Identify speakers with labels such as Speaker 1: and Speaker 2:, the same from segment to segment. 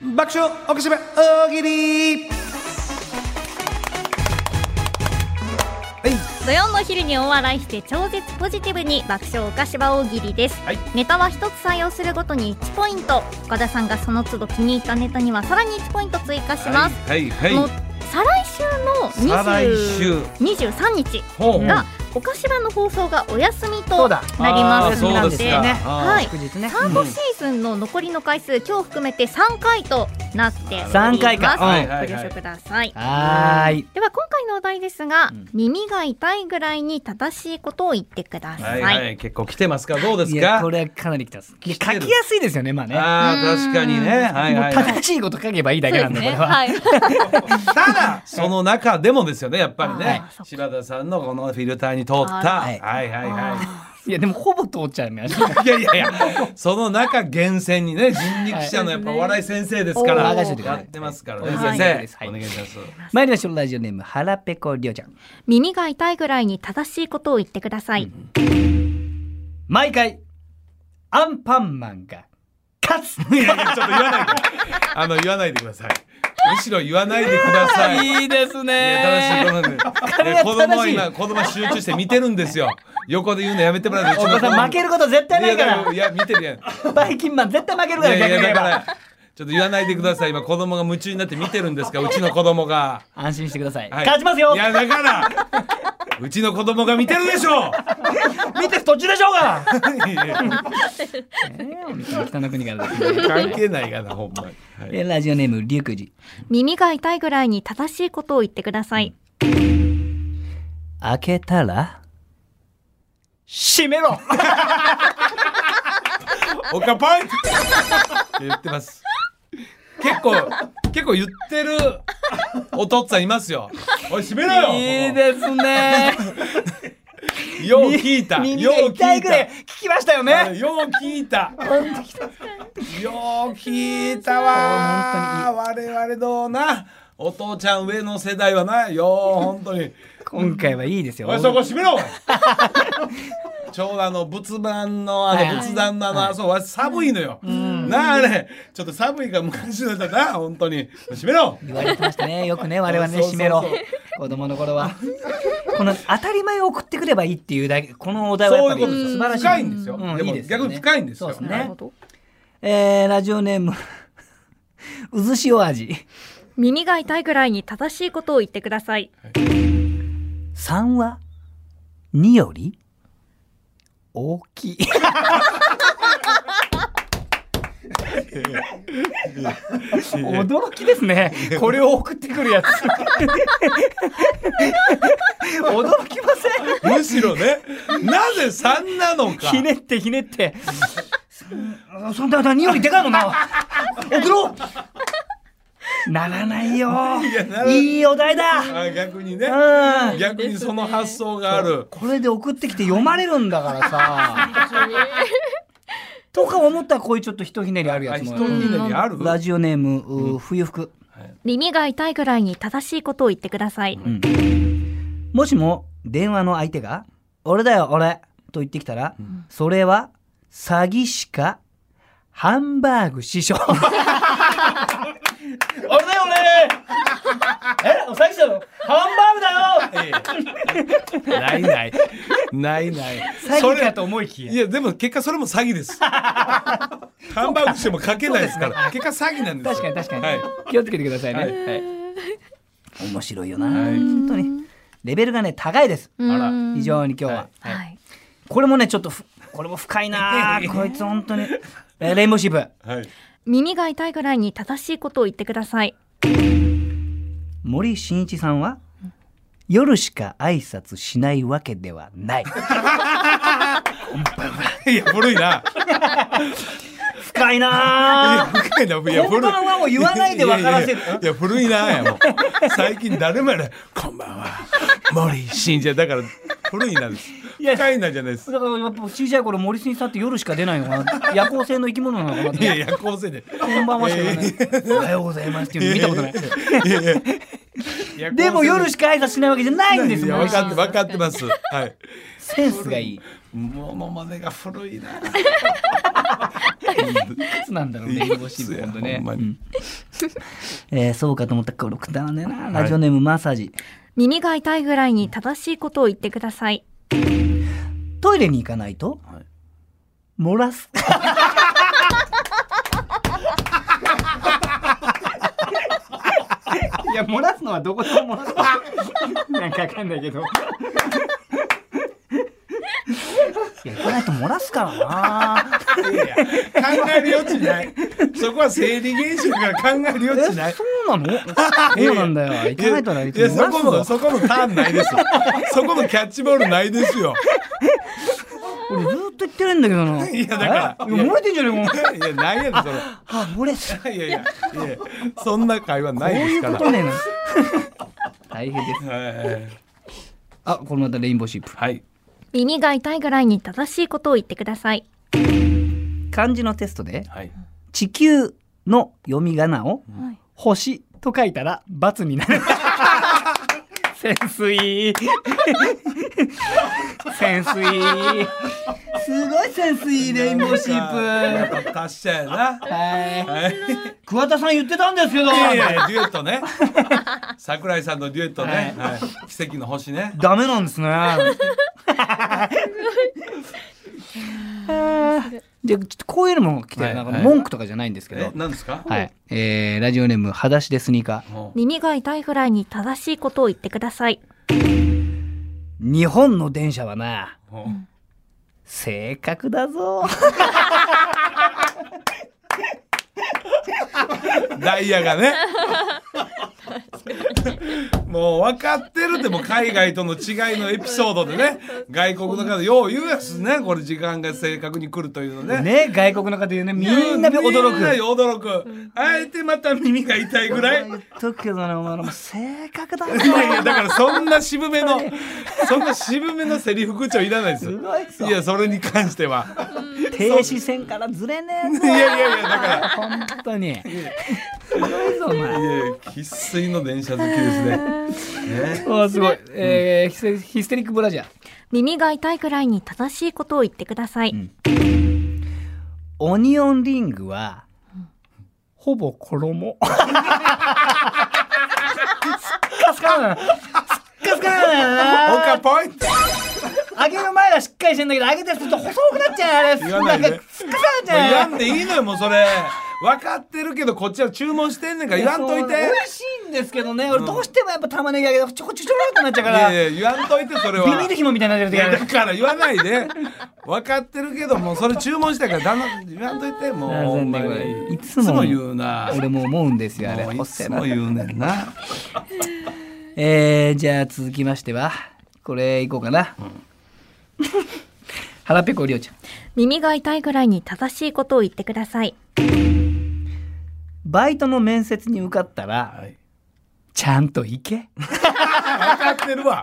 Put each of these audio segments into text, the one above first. Speaker 1: 爆笑おかしめ大喜利はい
Speaker 2: 土曜の昼にお笑いして超絶ポジティブに爆笑おかしば大喜利です、
Speaker 1: はい
Speaker 2: ネタは一つ採用するごとに1ポイント岡田さんがその都度気に入ったネタにはさらに1ポイント追加します、
Speaker 1: はいはい
Speaker 2: もう
Speaker 1: はい
Speaker 2: 再来週の
Speaker 1: 再来週
Speaker 2: 20 23日
Speaker 1: ほう
Speaker 2: が岡芝の放送がお休み
Speaker 3: そ
Speaker 2: と
Speaker 3: うだ
Speaker 2: なりま
Speaker 1: あー
Speaker 2: す
Speaker 1: そう
Speaker 2: の
Speaker 1: で
Speaker 2: です
Speaker 1: か
Speaker 3: ね
Speaker 1: あ
Speaker 2: はい
Speaker 3: 祝日ね
Speaker 2: サードシーズンの残りの回数、今日含めて3回となっております
Speaker 3: 3回か
Speaker 1: はい
Speaker 2: ご
Speaker 1: はい
Speaker 2: 了
Speaker 1: はい
Speaker 2: 承ください
Speaker 3: はーい
Speaker 2: では今回のお題ですが、
Speaker 3: ん
Speaker 2: 耳が痛いぐらいに正しいことを言ってくだ
Speaker 1: ー
Speaker 2: さ、
Speaker 1: はいいはい結構来てますかどうです
Speaker 3: いや
Speaker 1: か
Speaker 3: これはかなりきたすで
Speaker 1: 来
Speaker 3: 書
Speaker 1: てる
Speaker 3: きやすいですよねまあね
Speaker 1: ああ確かにねはい
Speaker 3: もう
Speaker 1: はいはい
Speaker 3: 正しいこと書けばいいだけなんだこれは、
Speaker 2: はい、
Speaker 1: ただその中でもですよねやっぱりね
Speaker 2: あーそっか
Speaker 1: 柴田さんのこのフィルターに通った
Speaker 2: は
Speaker 1: はい
Speaker 3: い
Speaker 1: はいはい
Speaker 3: い、やでもほぼ通っちゃいまし
Speaker 1: いやいやいや、その中厳選にね、人力車のやっぱお笑い先生ですから、
Speaker 3: はいそうですね
Speaker 1: やってますからね、
Speaker 3: はい
Speaker 1: 先
Speaker 3: はいは
Speaker 1: 生、
Speaker 3: い
Speaker 1: お願いします。
Speaker 3: 参りましょうラジオネームはらぺこりょうちゃん
Speaker 2: 耳が痛いぐらいに正しいことを言ってください、
Speaker 3: 毎回アンパンマンが勝つ
Speaker 1: いやいや、ちょっと言わないで。あの、言わないでください。むしろ言わないでくださ い。い
Speaker 3: いいです
Speaker 1: や、正しいことなんで。ね子
Speaker 3: これが
Speaker 1: 供
Speaker 3: 正
Speaker 1: は
Speaker 3: しい
Speaker 1: 今、子供は集中して見てるんですよ。横で言うのやめてもらえる
Speaker 3: お子さん負けること絶対ないか
Speaker 1: いや、いや見 てるやん。い
Speaker 3: らバイキンマン絶対負けるから
Speaker 1: や
Speaker 3: 逆
Speaker 1: い
Speaker 3: に
Speaker 1: や、
Speaker 3: 言え
Speaker 1: だか
Speaker 3: ば
Speaker 1: ら、ちょっと言わないでください。今、子供が夢中になって見てるんですか、うちの子供が。
Speaker 3: 安心してください、
Speaker 1: はい
Speaker 3: 勝ちますよ
Speaker 1: いや、だから、うちの子供が見てるでしょ う
Speaker 3: 見てる途中でしょうが
Speaker 1: いやいや
Speaker 3: 北の国からですね
Speaker 1: 関係ないがな、ほんまに。はい
Speaker 3: えラジオネームリュウクジ
Speaker 2: 耳が痛いぐらいに正しいことを言ってください、
Speaker 3: 開けたら閉めろ
Speaker 1: おかぱいって言ってます。結構、結構言ってるお父っつぁんいますよ。おい、閉めろよ
Speaker 3: いいですね
Speaker 1: よう聞いた。
Speaker 3: 耳
Speaker 1: よ
Speaker 3: が
Speaker 1: う
Speaker 3: 痛
Speaker 1: 聞
Speaker 3: い
Speaker 1: い
Speaker 3: ぐらい
Speaker 1: た。
Speaker 3: 聞きましたよね
Speaker 1: よう聞いた。よう聞いたわ。我々どうな。お父ちゃん上の世代はな、よう本当に。
Speaker 3: 今回はいいですよ
Speaker 1: おいそこ閉めろ ちょうどあの仏壇のあ
Speaker 3: はいは
Speaker 1: の
Speaker 3: い
Speaker 1: 仏壇のあのあそこは寒いのよ、なああれちょっと寒いから昔の人だな本当に閉めろ
Speaker 3: 言われてましたねよく ね我々ね
Speaker 1: そうそうそう
Speaker 3: 閉めろ子供の頃はこの当たり前を送ってくればいいっていうだけこのお題はや
Speaker 1: そ
Speaker 3: っ
Speaker 1: うい
Speaker 3: ぱ
Speaker 1: う
Speaker 3: り
Speaker 1: ことです
Speaker 3: 素晴らしい
Speaker 1: 深いんですよ、
Speaker 3: うん
Speaker 1: で
Speaker 3: い
Speaker 1: も
Speaker 3: いですよね
Speaker 1: 逆に深いんですよ
Speaker 3: そうです
Speaker 2: なる
Speaker 3: ね
Speaker 2: ほど
Speaker 3: えーラジオネーム うずしお味
Speaker 2: 耳が痛いぐらいに正しいことを言ってください
Speaker 3: 3は2より大きい驚きです ねこれを送ってくるやつ驚きませ
Speaker 1: むしろねなぜ3なのか
Speaker 3: んひねってひねってそそんな何よりでかいもんな送ろうならないよ
Speaker 1: いやならない
Speaker 3: いいお題だ
Speaker 1: あ逆にね
Speaker 3: うん
Speaker 1: 逆にその発想がある
Speaker 3: これで送ってきて読まれるんだからさ。とか思ったらこういうちょっとひとひねりあるや
Speaker 1: あ
Speaker 3: つ
Speaker 1: 一
Speaker 3: も。
Speaker 1: 人でにある
Speaker 3: ラジオネーム、うー冬服、
Speaker 2: 耳が痛いぐらいに正しいことを言ってください、
Speaker 3: うんもしも電話の相手が「俺だよ俺」と言ってきたら、それは詐欺師かハンバーグ師匠。俺だよ俺えお詐欺師だろハンバーグだよ
Speaker 1: ないないないない
Speaker 3: 詐欺かと思いきや
Speaker 1: い。やでも結果それも詐欺 です。ハンバーグしてもかけないですから。結果詐欺なんです
Speaker 3: 確か
Speaker 1: よ。
Speaker 3: に確かに、
Speaker 1: はい
Speaker 3: 気をつけてくださいね、
Speaker 1: は
Speaker 3: はい面白いよな、
Speaker 1: はい
Speaker 3: 本当にレベルがね高いです
Speaker 1: あら
Speaker 2: うん
Speaker 3: 非常に今日は、
Speaker 2: はい、
Speaker 3: これもねちょっとふこれも深いな こいつ本当にえーレインボーシープ
Speaker 1: はい。
Speaker 2: 耳が痛いぐらいに正しいことを言ってください
Speaker 3: 森進一さんは夜しか挨拶しないわけではない
Speaker 1: いや古 いな。
Speaker 3: 深い
Speaker 1: いや
Speaker 3: な
Speaker 1: 深いな。いや
Speaker 3: こん
Speaker 1: 古い。
Speaker 3: ばんはを言わないで分からせる
Speaker 1: いやいやいやいや古いなやもう。最近誰もやない。こんばんは。森信者だから古いなです。
Speaker 3: いや
Speaker 1: 深いなじゃないです。
Speaker 3: だからやっぱ小さい頃森進一さんって夜しか出ないのかな夜行性の生き物なのかなっ
Speaker 1: いや
Speaker 3: て
Speaker 1: いや構成で。
Speaker 3: こんばんはしか言わない、おはようございますっていうの見た ことない
Speaker 1: いやいや。い や
Speaker 3: でも夜しか挨拶しないわけじゃないんです
Speaker 1: いや
Speaker 3: よ
Speaker 1: 分かって分かってます。はい。
Speaker 3: センスがいい。
Speaker 1: ものまねが古いな。
Speaker 3: いつなんだろうね、
Speaker 1: い
Speaker 3: 欲しい
Speaker 1: つや
Speaker 3: 本当ね
Speaker 1: ほん。ま
Speaker 3: う
Speaker 1: に
Speaker 3: んえーそうかと思ったら、これくだらねえな。ラジオネーム、マッサージ。
Speaker 2: 耳が痛いぐらいに正しいことを言ってください。
Speaker 3: トイレに行かないと、
Speaker 1: はい
Speaker 3: 漏らす。 いや、漏らすのはどこでも漏らす。 なんかわかんないけど。いや、行かないと漏らすから な。
Speaker 1: いやいや考える余地ない。そこは生理現象から考える余地ない。
Speaker 3: そうなのそうなんだよ。行かないとないい
Speaker 1: や
Speaker 3: と
Speaker 1: いや
Speaker 3: 漏
Speaker 1: そ
Speaker 3: ら
Speaker 1: こ
Speaker 3: すの
Speaker 1: の。そこのターンないですよ。そこのキャッチボールないですよ。
Speaker 3: 俺ずっと言ってるんだけどな。
Speaker 1: いやだから
Speaker 3: えいや漏れてんじゃねえかお前。
Speaker 1: いやないやねんそれ。
Speaker 3: あ、漏れす。
Speaker 1: いやいやいやそんな会話
Speaker 3: こう
Speaker 1: ないで
Speaker 3: い
Speaker 1: す
Speaker 3: う
Speaker 1: か
Speaker 3: こ
Speaker 1: ら。
Speaker 3: とね。 大変です。
Speaker 1: はい
Speaker 3: あ、これまたレインボーシープ。
Speaker 1: はい。
Speaker 2: 耳が痛いぐらいに正しいことを言ってください。
Speaker 3: 漢字のテストで、
Speaker 1: はい。
Speaker 3: 地球の読み仮名を、
Speaker 2: はい
Speaker 3: 星と書いたら、罰になる。潜 水。潜水。すごい潜水、レインボーシープ。
Speaker 1: プ。達者やな。
Speaker 3: はい。
Speaker 1: はい。
Speaker 3: 桑田さん言ってたんですけど。
Speaker 1: いやいやいやデュエットね。桜井さんのデュエットね。
Speaker 3: は
Speaker 1: はい。奇跡の星ね。
Speaker 3: ダメなんです ね。じゃあちょっとこういうのも来て
Speaker 1: はい
Speaker 3: なんか
Speaker 1: はい
Speaker 3: 文句とかじゃないんですけ
Speaker 1: え
Speaker 3: ど、、
Speaker 1: 何ですか。
Speaker 3: はい、えーラジオネーム裸足でスニーカー。
Speaker 1: もう
Speaker 2: 耳が痛いぐらいに正しいことを言ってください。
Speaker 3: 日本の電車はな、
Speaker 1: もう
Speaker 3: 正確だ ぞ。
Speaker 1: ダイヤが ね。もう分かってるってもう海外との違いのエピソードで ね外国の方よう言うやつねこれ時間が正確に来るというのね
Speaker 3: ね、外国の方言うね、みんな驚
Speaker 1: みんな
Speaker 3: く。
Speaker 1: 驚くあえてまた耳が痛いぐらい
Speaker 3: 言っとくけどね、お前らも正確だぞ。
Speaker 1: いやいやだからそんな渋めのそんな渋めのセリフ口調いらないです
Speaker 3: す
Speaker 1: よ
Speaker 3: ごいぞ
Speaker 1: い。やそれに関しては
Speaker 3: 停止線からずれねえ
Speaker 1: い
Speaker 3: ぞ。
Speaker 1: やいやいやだから
Speaker 3: 本当に。すごいぞ、お前。
Speaker 1: いやいや生粋の電車好きですね ね
Speaker 3: あーすごい、えーヒステヒステリックブラジャー
Speaker 2: 耳が痛いぐらいに正しいことを言ってください。
Speaker 3: オニオンリングはほぼ 衣すっかすかなのよすっかすかなのよ
Speaker 1: 他ポイント
Speaker 3: な揚げる前はしっかりしてんだけど揚げてるとちょっと細くなっちゃうあれ
Speaker 1: 言わないで
Speaker 3: んかすっかすか
Speaker 1: 言わ
Speaker 3: なんっちゃう
Speaker 1: でいいのよもうそれ分かってるけどこっちは注文してんねんから言わんといて
Speaker 3: そう美味しいんですけどね俺どうしてもやっぱ玉ねぎ揚げてちょこちょこちょこってなっちゃう
Speaker 1: い
Speaker 3: から
Speaker 1: やいや言わんといてそれは
Speaker 3: ビニール紐みたいになって
Speaker 1: い
Speaker 3: る時あ
Speaker 1: や
Speaker 3: る
Speaker 1: だから言わないで分かってるけどもうそれ注文したからだん言わんといてもう
Speaker 3: あ
Speaker 1: ほ
Speaker 3: 全
Speaker 1: ん
Speaker 3: 然
Speaker 1: ま
Speaker 3: これ
Speaker 1: に
Speaker 3: いつも
Speaker 1: 言うな
Speaker 3: 俺も思うんですよあれ
Speaker 1: もうい
Speaker 3: 細い
Speaker 1: つ
Speaker 3: な
Speaker 1: も言うねんな
Speaker 3: えー、じゃあ続きましてはこれいこうかな、腹ペコりょうちゃん
Speaker 2: 耳が痛いぐらいに正しいことを言ってください。
Speaker 3: バイトの面接に受かったら、
Speaker 1: はい
Speaker 3: ちゃんと行け
Speaker 1: 分かってるわ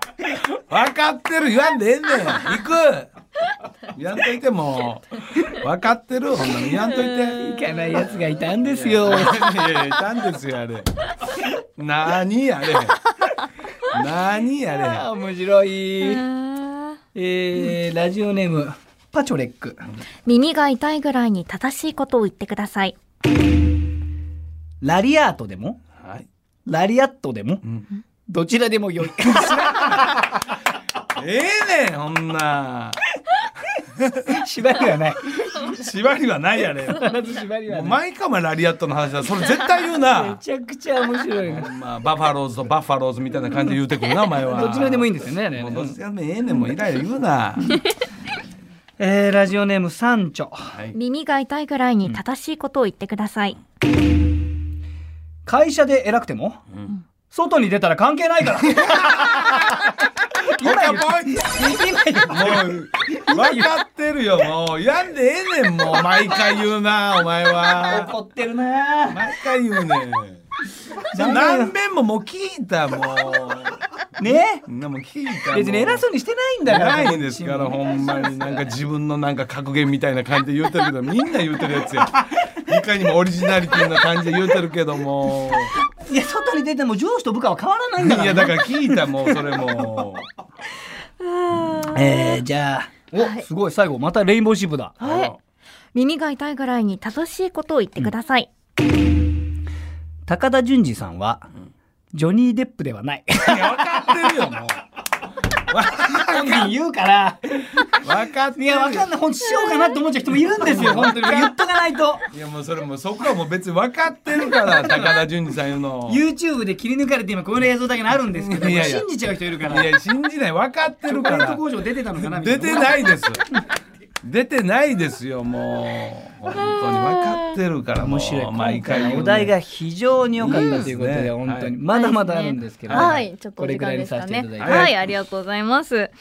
Speaker 1: 分かってる言わんでええねん行く言わんといてもう分かってるほんなら言わんといて
Speaker 3: 行かないやつがいたんですよ
Speaker 1: いやいやいたんですよあれ何あれ何あれ
Speaker 3: あー面白い、えー、ラジオネームパチョレック
Speaker 2: 耳が痛いぐらいに正しいことを言ってください。
Speaker 3: ラリアートでも
Speaker 1: はい、
Speaker 3: ラリアットでも
Speaker 1: うん、
Speaker 3: どちらでもよい
Speaker 1: ええねんほんな
Speaker 3: 縛りはない
Speaker 1: 縛りはないあれも
Speaker 3: 必ず縛りは
Speaker 1: う
Speaker 3: ない
Speaker 1: 毎回お前ラリアットの話だそれ絶対言うな
Speaker 3: めちゃくちゃ面白いな
Speaker 1: まあ、バファローズとバッファローズみたいな感じで言うてくるなお前は
Speaker 3: どちらでもいいん
Speaker 1: で
Speaker 3: ですよねあれね
Speaker 1: もうどっちらでもええねんもうイライラ言うな
Speaker 3: えー、ラジオネームサンチョ
Speaker 1: はい
Speaker 2: 耳が痛いぐらいに正しいことを言ってください。
Speaker 3: 会社で偉くても、
Speaker 1: ん
Speaker 3: 外に出たら関係ないから
Speaker 1: ポカポイントもう分かってるよもうやんでええねんもう毎回言うなお前は
Speaker 3: 怒ってるな
Speaker 1: 毎回言うねん何遍ももう聞いたも
Speaker 3: ね
Speaker 1: うなもう聞いたもう
Speaker 3: 別に偉そうにしてないんだから
Speaker 1: ないんですからほんまになんか自分のなんか格言みたいな感じで言うてるけどみんな言うてるやつ やいかにもオリジナリティな感じで言うてるけども
Speaker 3: いや外に出ても上司と部下は変わらないん
Speaker 1: い
Speaker 3: だから
Speaker 1: やだから聞いたもうそれも
Speaker 3: えー、じゃあおすごい最後またレインボーシブだ
Speaker 2: はい。耳が痛いぐらいに正しいことを言ってください。
Speaker 3: 高田純次さんはジョニー・デップではない
Speaker 1: いや分かってるよもうわ
Speaker 3: 本人 言うから
Speaker 1: 分かって
Speaker 3: い
Speaker 1: る
Speaker 3: やわかんない本当しようかなって思っちゃう人もいるんですよ 本当に言っとかないと
Speaker 1: いやもうそれもうそこはもう別に分かってるから高田純次さん言うの
Speaker 3: YouTube で切り抜かれて今この映像だけあるんですけど
Speaker 1: いやいや
Speaker 3: 信じちゃう人いるから
Speaker 1: いや信じない分かって
Speaker 3: チ
Speaker 1: る
Speaker 3: ョコ
Speaker 1: か
Speaker 3: レート
Speaker 1: ら
Speaker 3: 工場出てたのかなみたい
Speaker 1: 出
Speaker 3: な
Speaker 1: てないです出てないですよもう本当に分かってるからも
Speaker 3: 面
Speaker 1: う
Speaker 3: 白い
Speaker 1: 毎
Speaker 3: 今
Speaker 1: 回
Speaker 3: 回
Speaker 1: 言う
Speaker 3: の
Speaker 1: ね
Speaker 3: お題が非常に良かったということ
Speaker 1: いい
Speaker 3: で
Speaker 1: ですね
Speaker 3: 本当に
Speaker 1: はい
Speaker 3: まだまだあるんですけど、
Speaker 2: はい、ちょっと
Speaker 3: こ
Speaker 2: お
Speaker 3: れ
Speaker 2: 時
Speaker 3: ぐら
Speaker 2: 間
Speaker 3: い
Speaker 2: で
Speaker 3: に
Speaker 2: すか
Speaker 3: させていた
Speaker 2: ね
Speaker 3: だ。いて、
Speaker 1: は
Speaker 2: はいい、ありがとうございます。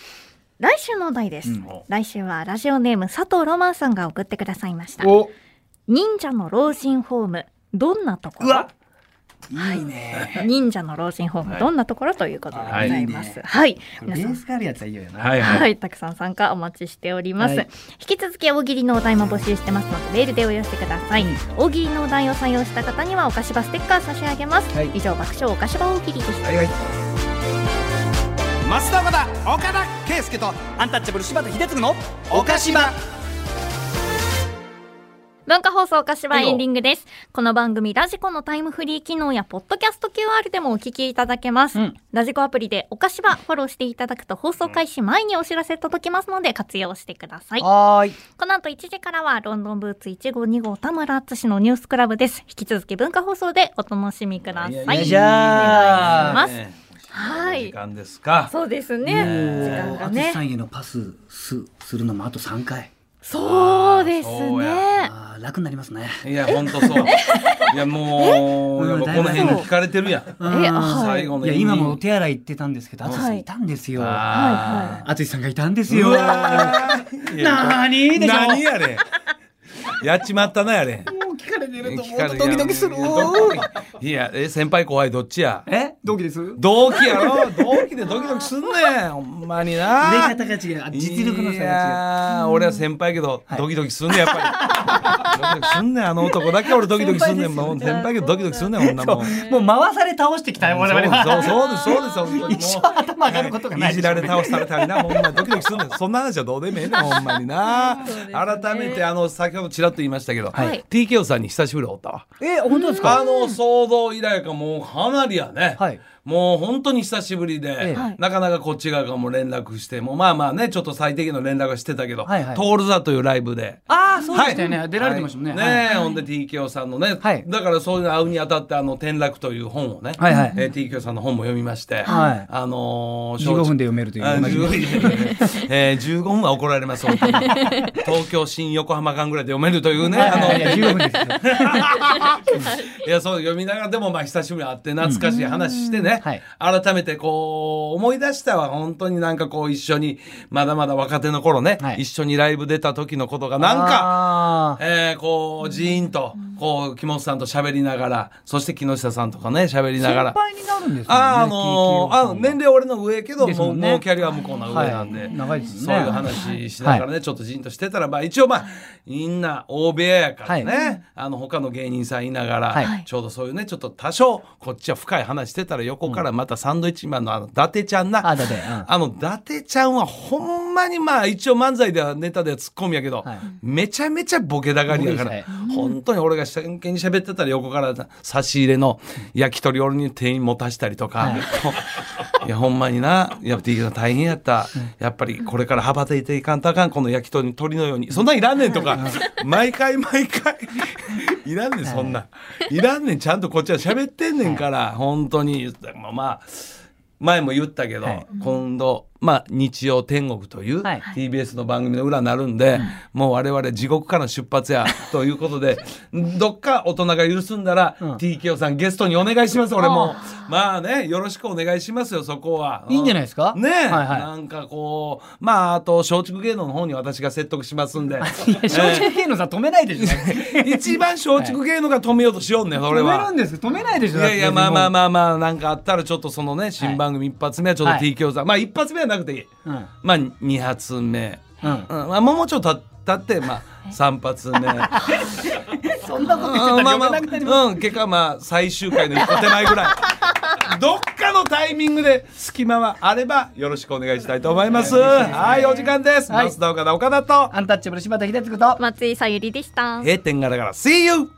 Speaker 2: 来週のお題です。
Speaker 3: うん
Speaker 2: 来週はラジオネーム佐藤ロマンさんが送ってくださいました。
Speaker 3: お
Speaker 2: 忍者の老人ホーム、どんなとこ
Speaker 3: う
Speaker 2: ろ
Speaker 3: わいいね
Speaker 2: 忍者の老人ホーム、
Speaker 1: はい
Speaker 2: どんなところということでございます。はい、
Speaker 3: これ
Speaker 2: 皆
Speaker 3: ベ
Speaker 2: さん
Speaker 3: ースがあるやつはいいよな、
Speaker 1: はいはい、
Speaker 2: はい、たくさん参加お待ちしております、
Speaker 3: はい
Speaker 2: 引き続き大喜利のお題も募集してますのでメールでお寄せください、大喜利のお題を採用した方にはお菓子場ステッカー差し上げます、
Speaker 3: はい
Speaker 2: 以上爆笑お菓子場大喜利でした
Speaker 1: はいはい
Speaker 4: 増田岡田岡田圭佑とアンタッチャブル柴田秀嗣の岡島
Speaker 2: 文化放送かしばエンディングです。この番組、ラジコのタイムフリー機能や、ポッドキャスト QR でもお聞きいただけます。
Speaker 3: うん
Speaker 2: ラジコアプリで、おかしばフォローしていただくと、放送開始前にお知らせ届きますので、活用してください。こ
Speaker 3: はーい
Speaker 2: の後1時からは、ロンドンブーツ1号2号田村敦のニュースクラブです。引き続き文化放送でお楽しみください。
Speaker 1: よ
Speaker 3: いしょー
Speaker 2: お願いします。
Speaker 1: ね
Speaker 2: はい
Speaker 1: 時間ですか
Speaker 2: そうです
Speaker 1: ね
Speaker 2: ね。時間が
Speaker 3: 淳、
Speaker 2: ね
Speaker 3: さ。んへのパスすするのもあと3回
Speaker 2: そうです
Speaker 1: そう
Speaker 2: ね
Speaker 1: や。
Speaker 3: あー楽になりますね
Speaker 1: いや本当そういやもう
Speaker 3: え
Speaker 1: やっぱこの辺に聞かれてるやん
Speaker 3: あー
Speaker 2: あはい
Speaker 1: 最後の
Speaker 3: いや
Speaker 1: エンディング
Speaker 3: 今もお手洗い行ってたんですけど淳さ
Speaker 2: は
Speaker 3: ん
Speaker 2: い
Speaker 3: いたんですよ
Speaker 1: あ
Speaker 3: 淳さんがいたんです
Speaker 1: ー
Speaker 3: よ
Speaker 1: うわーいや
Speaker 3: なーにーでしょ
Speaker 1: 何やれやっちまったなやれ
Speaker 3: もう聞かれてる
Speaker 1: 聞かれ
Speaker 3: ドキドキする
Speaker 1: いやドキドキいやえ先輩後輩どっちや
Speaker 3: え同期です売
Speaker 1: 同期やろ同期でドキドキすんねんほんまにな
Speaker 3: れ方が違うあ実力の差
Speaker 1: い
Speaker 3: が違う
Speaker 1: やー俺は先輩けどドキドキすんねんやっぱり、ドキドキすんねんあの男だけ俺ドキドキすんねん
Speaker 3: 先輩ですよ
Speaker 1: もう先輩けどドキドキすんねん女もん
Speaker 3: そうもう回され倒してきたよ我々
Speaker 1: そう
Speaker 3: は
Speaker 1: そうそうですそうです本当にもう
Speaker 3: 一生頭上がることがない
Speaker 1: いじられ倒されたりなほんまドキドキするんだそんな話はどうでもええねんほんまにな、改めてあの先ほどちらっと言いましたけど、
Speaker 2: はい
Speaker 1: TKO さんに久しぶりおったわ
Speaker 3: え本当ですか
Speaker 1: あの騒動以来かもうかなりやね、
Speaker 3: はい
Speaker 1: もう本当に久しぶりで、
Speaker 3: え
Speaker 2: え
Speaker 1: なかなかこっち側からも連絡してもうまあまあねちょっと最低限の連絡はしてたけど「
Speaker 3: はいはい
Speaker 1: トールザ」というライブで。
Speaker 3: ああそうでしたよね出られてましたもんね
Speaker 1: はいねえほんで TKO さんのね、
Speaker 3: はい
Speaker 1: だからそういうの会うにあたってあの「転落」という本をね、
Speaker 3: はいはい
Speaker 1: えー TKO さんの本も読みまし
Speaker 3: は
Speaker 1: て、
Speaker 3: い
Speaker 1: あのー
Speaker 3: 15分で読めるという
Speaker 1: あ
Speaker 3: 同じ
Speaker 1: 15分えー15分は怒られます本 当に東京新横浜間ぐらいで読めるというねあの
Speaker 3: いや15分ですよ
Speaker 1: いやそう読みながらでもまあ久しぶりに会って懐かしい話してね、
Speaker 3: はい
Speaker 1: 改めてこう思い出したわ本当になんかこう一緒にまだまだ若手の頃ね、
Speaker 3: はい
Speaker 1: 一緒にライブ出た時のことがなんか。
Speaker 3: か
Speaker 1: えーこうジーンとこう木本さんと喋りながらそして木下さんとかね喋りながら
Speaker 3: 先輩になるんですよね
Speaker 1: あーあの
Speaker 3: TKO
Speaker 1: ー
Speaker 3: さんは
Speaker 1: あ年齢俺の上やけど
Speaker 3: です
Speaker 1: も
Speaker 3: も
Speaker 1: うん
Speaker 3: ね
Speaker 1: もうキャリアは向こうの上なんで、
Speaker 3: はい長いですね
Speaker 1: そういう話しながらね、ちょっとじんとしてたらまあ一応まあみんな大部屋やからね、
Speaker 3: は
Speaker 1: あの他の芸人さんいながら、
Speaker 3: はい
Speaker 1: ちょうどそういうねちょっと多少こっちは深い話してたら横からまたサンドイッチマンのあの伊達ちゃんな
Speaker 3: あ伊達うん
Speaker 1: あの伊達ちゃんはほんまにまあ一応漫才ではネタではツッコミやけど、
Speaker 3: はい
Speaker 1: めちゃめちゃボケだがりやから、
Speaker 3: ボケでした
Speaker 1: 本当に俺が真剣に喋ってたら横から差し入れの焼き鳥俺に店員持たしたりとか、
Speaker 3: はい
Speaker 1: い、やほんまになやっぱ TK さん大変やった、やっぱりこれから羽ばたいていかんとあかんこの焼き鳥鳥のようにそんなんいらんねんとか毎回毎回いらんねんそんなん、い、らんねんちゃんとこっちは喋ってんねんから、本当にでもまあ前も言ったけど、
Speaker 3: はい
Speaker 1: 今度、まあ、日曜天国という
Speaker 3: はい
Speaker 1: TBS の番組の裏になるんで、もう我々地獄からの出発やというこ とでどっか大人が許すんだら、
Speaker 3: ん
Speaker 1: TKO さんゲストにお願いします俺もまあねよろしくお願いしますよそこは。
Speaker 3: いいんじゃない
Speaker 1: い
Speaker 3: ですか
Speaker 1: ねえ、
Speaker 3: はいは
Speaker 1: なんかこうまああと松竹芸能の方に私が説得しますんで
Speaker 3: いいや正直芸能さん止めないでしょ
Speaker 1: 一番松竹芸能が止めようとしようね それ
Speaker 3: 止め
Speaker 1: は。
Speaker 3: るんです止めないでしょ
Speaker 1: いやいやまあまあ
Speaker 3: あ
Speaker 1: まあまあなんかあったらちょっとそのね新番組一発目はちょっと
Speaker 3: はい
Speaker 1: TKO さん、まあ一発目はなくていい、
Speaker 3: うん
Speaker 1: まあ二発目、
Speaker 3: うん
Speaker 1: うんまあ、もうちょっとた経ってまあ三発目うんま
Speaker 3: そんなこと言ってた
Speaker 1: あ
Speaker 3: ら
Speaker 1: ま
Speaker 3: 呼べなくなります
Speaker 1: あうん結果まあ最終回の一歩手前ぐらいどっかのタイミングで隙間はあればよろしくお願いしたいと思います。はい、お時間です。
Speaker 3: はい
Speaker 1: マウスの岡田岡田と
Speaker 3: アンタッチャブル柴田秀嗣と
Speaker 2: 松井さゆりでした。
Speaker 1: 閉店ガラガラ See you!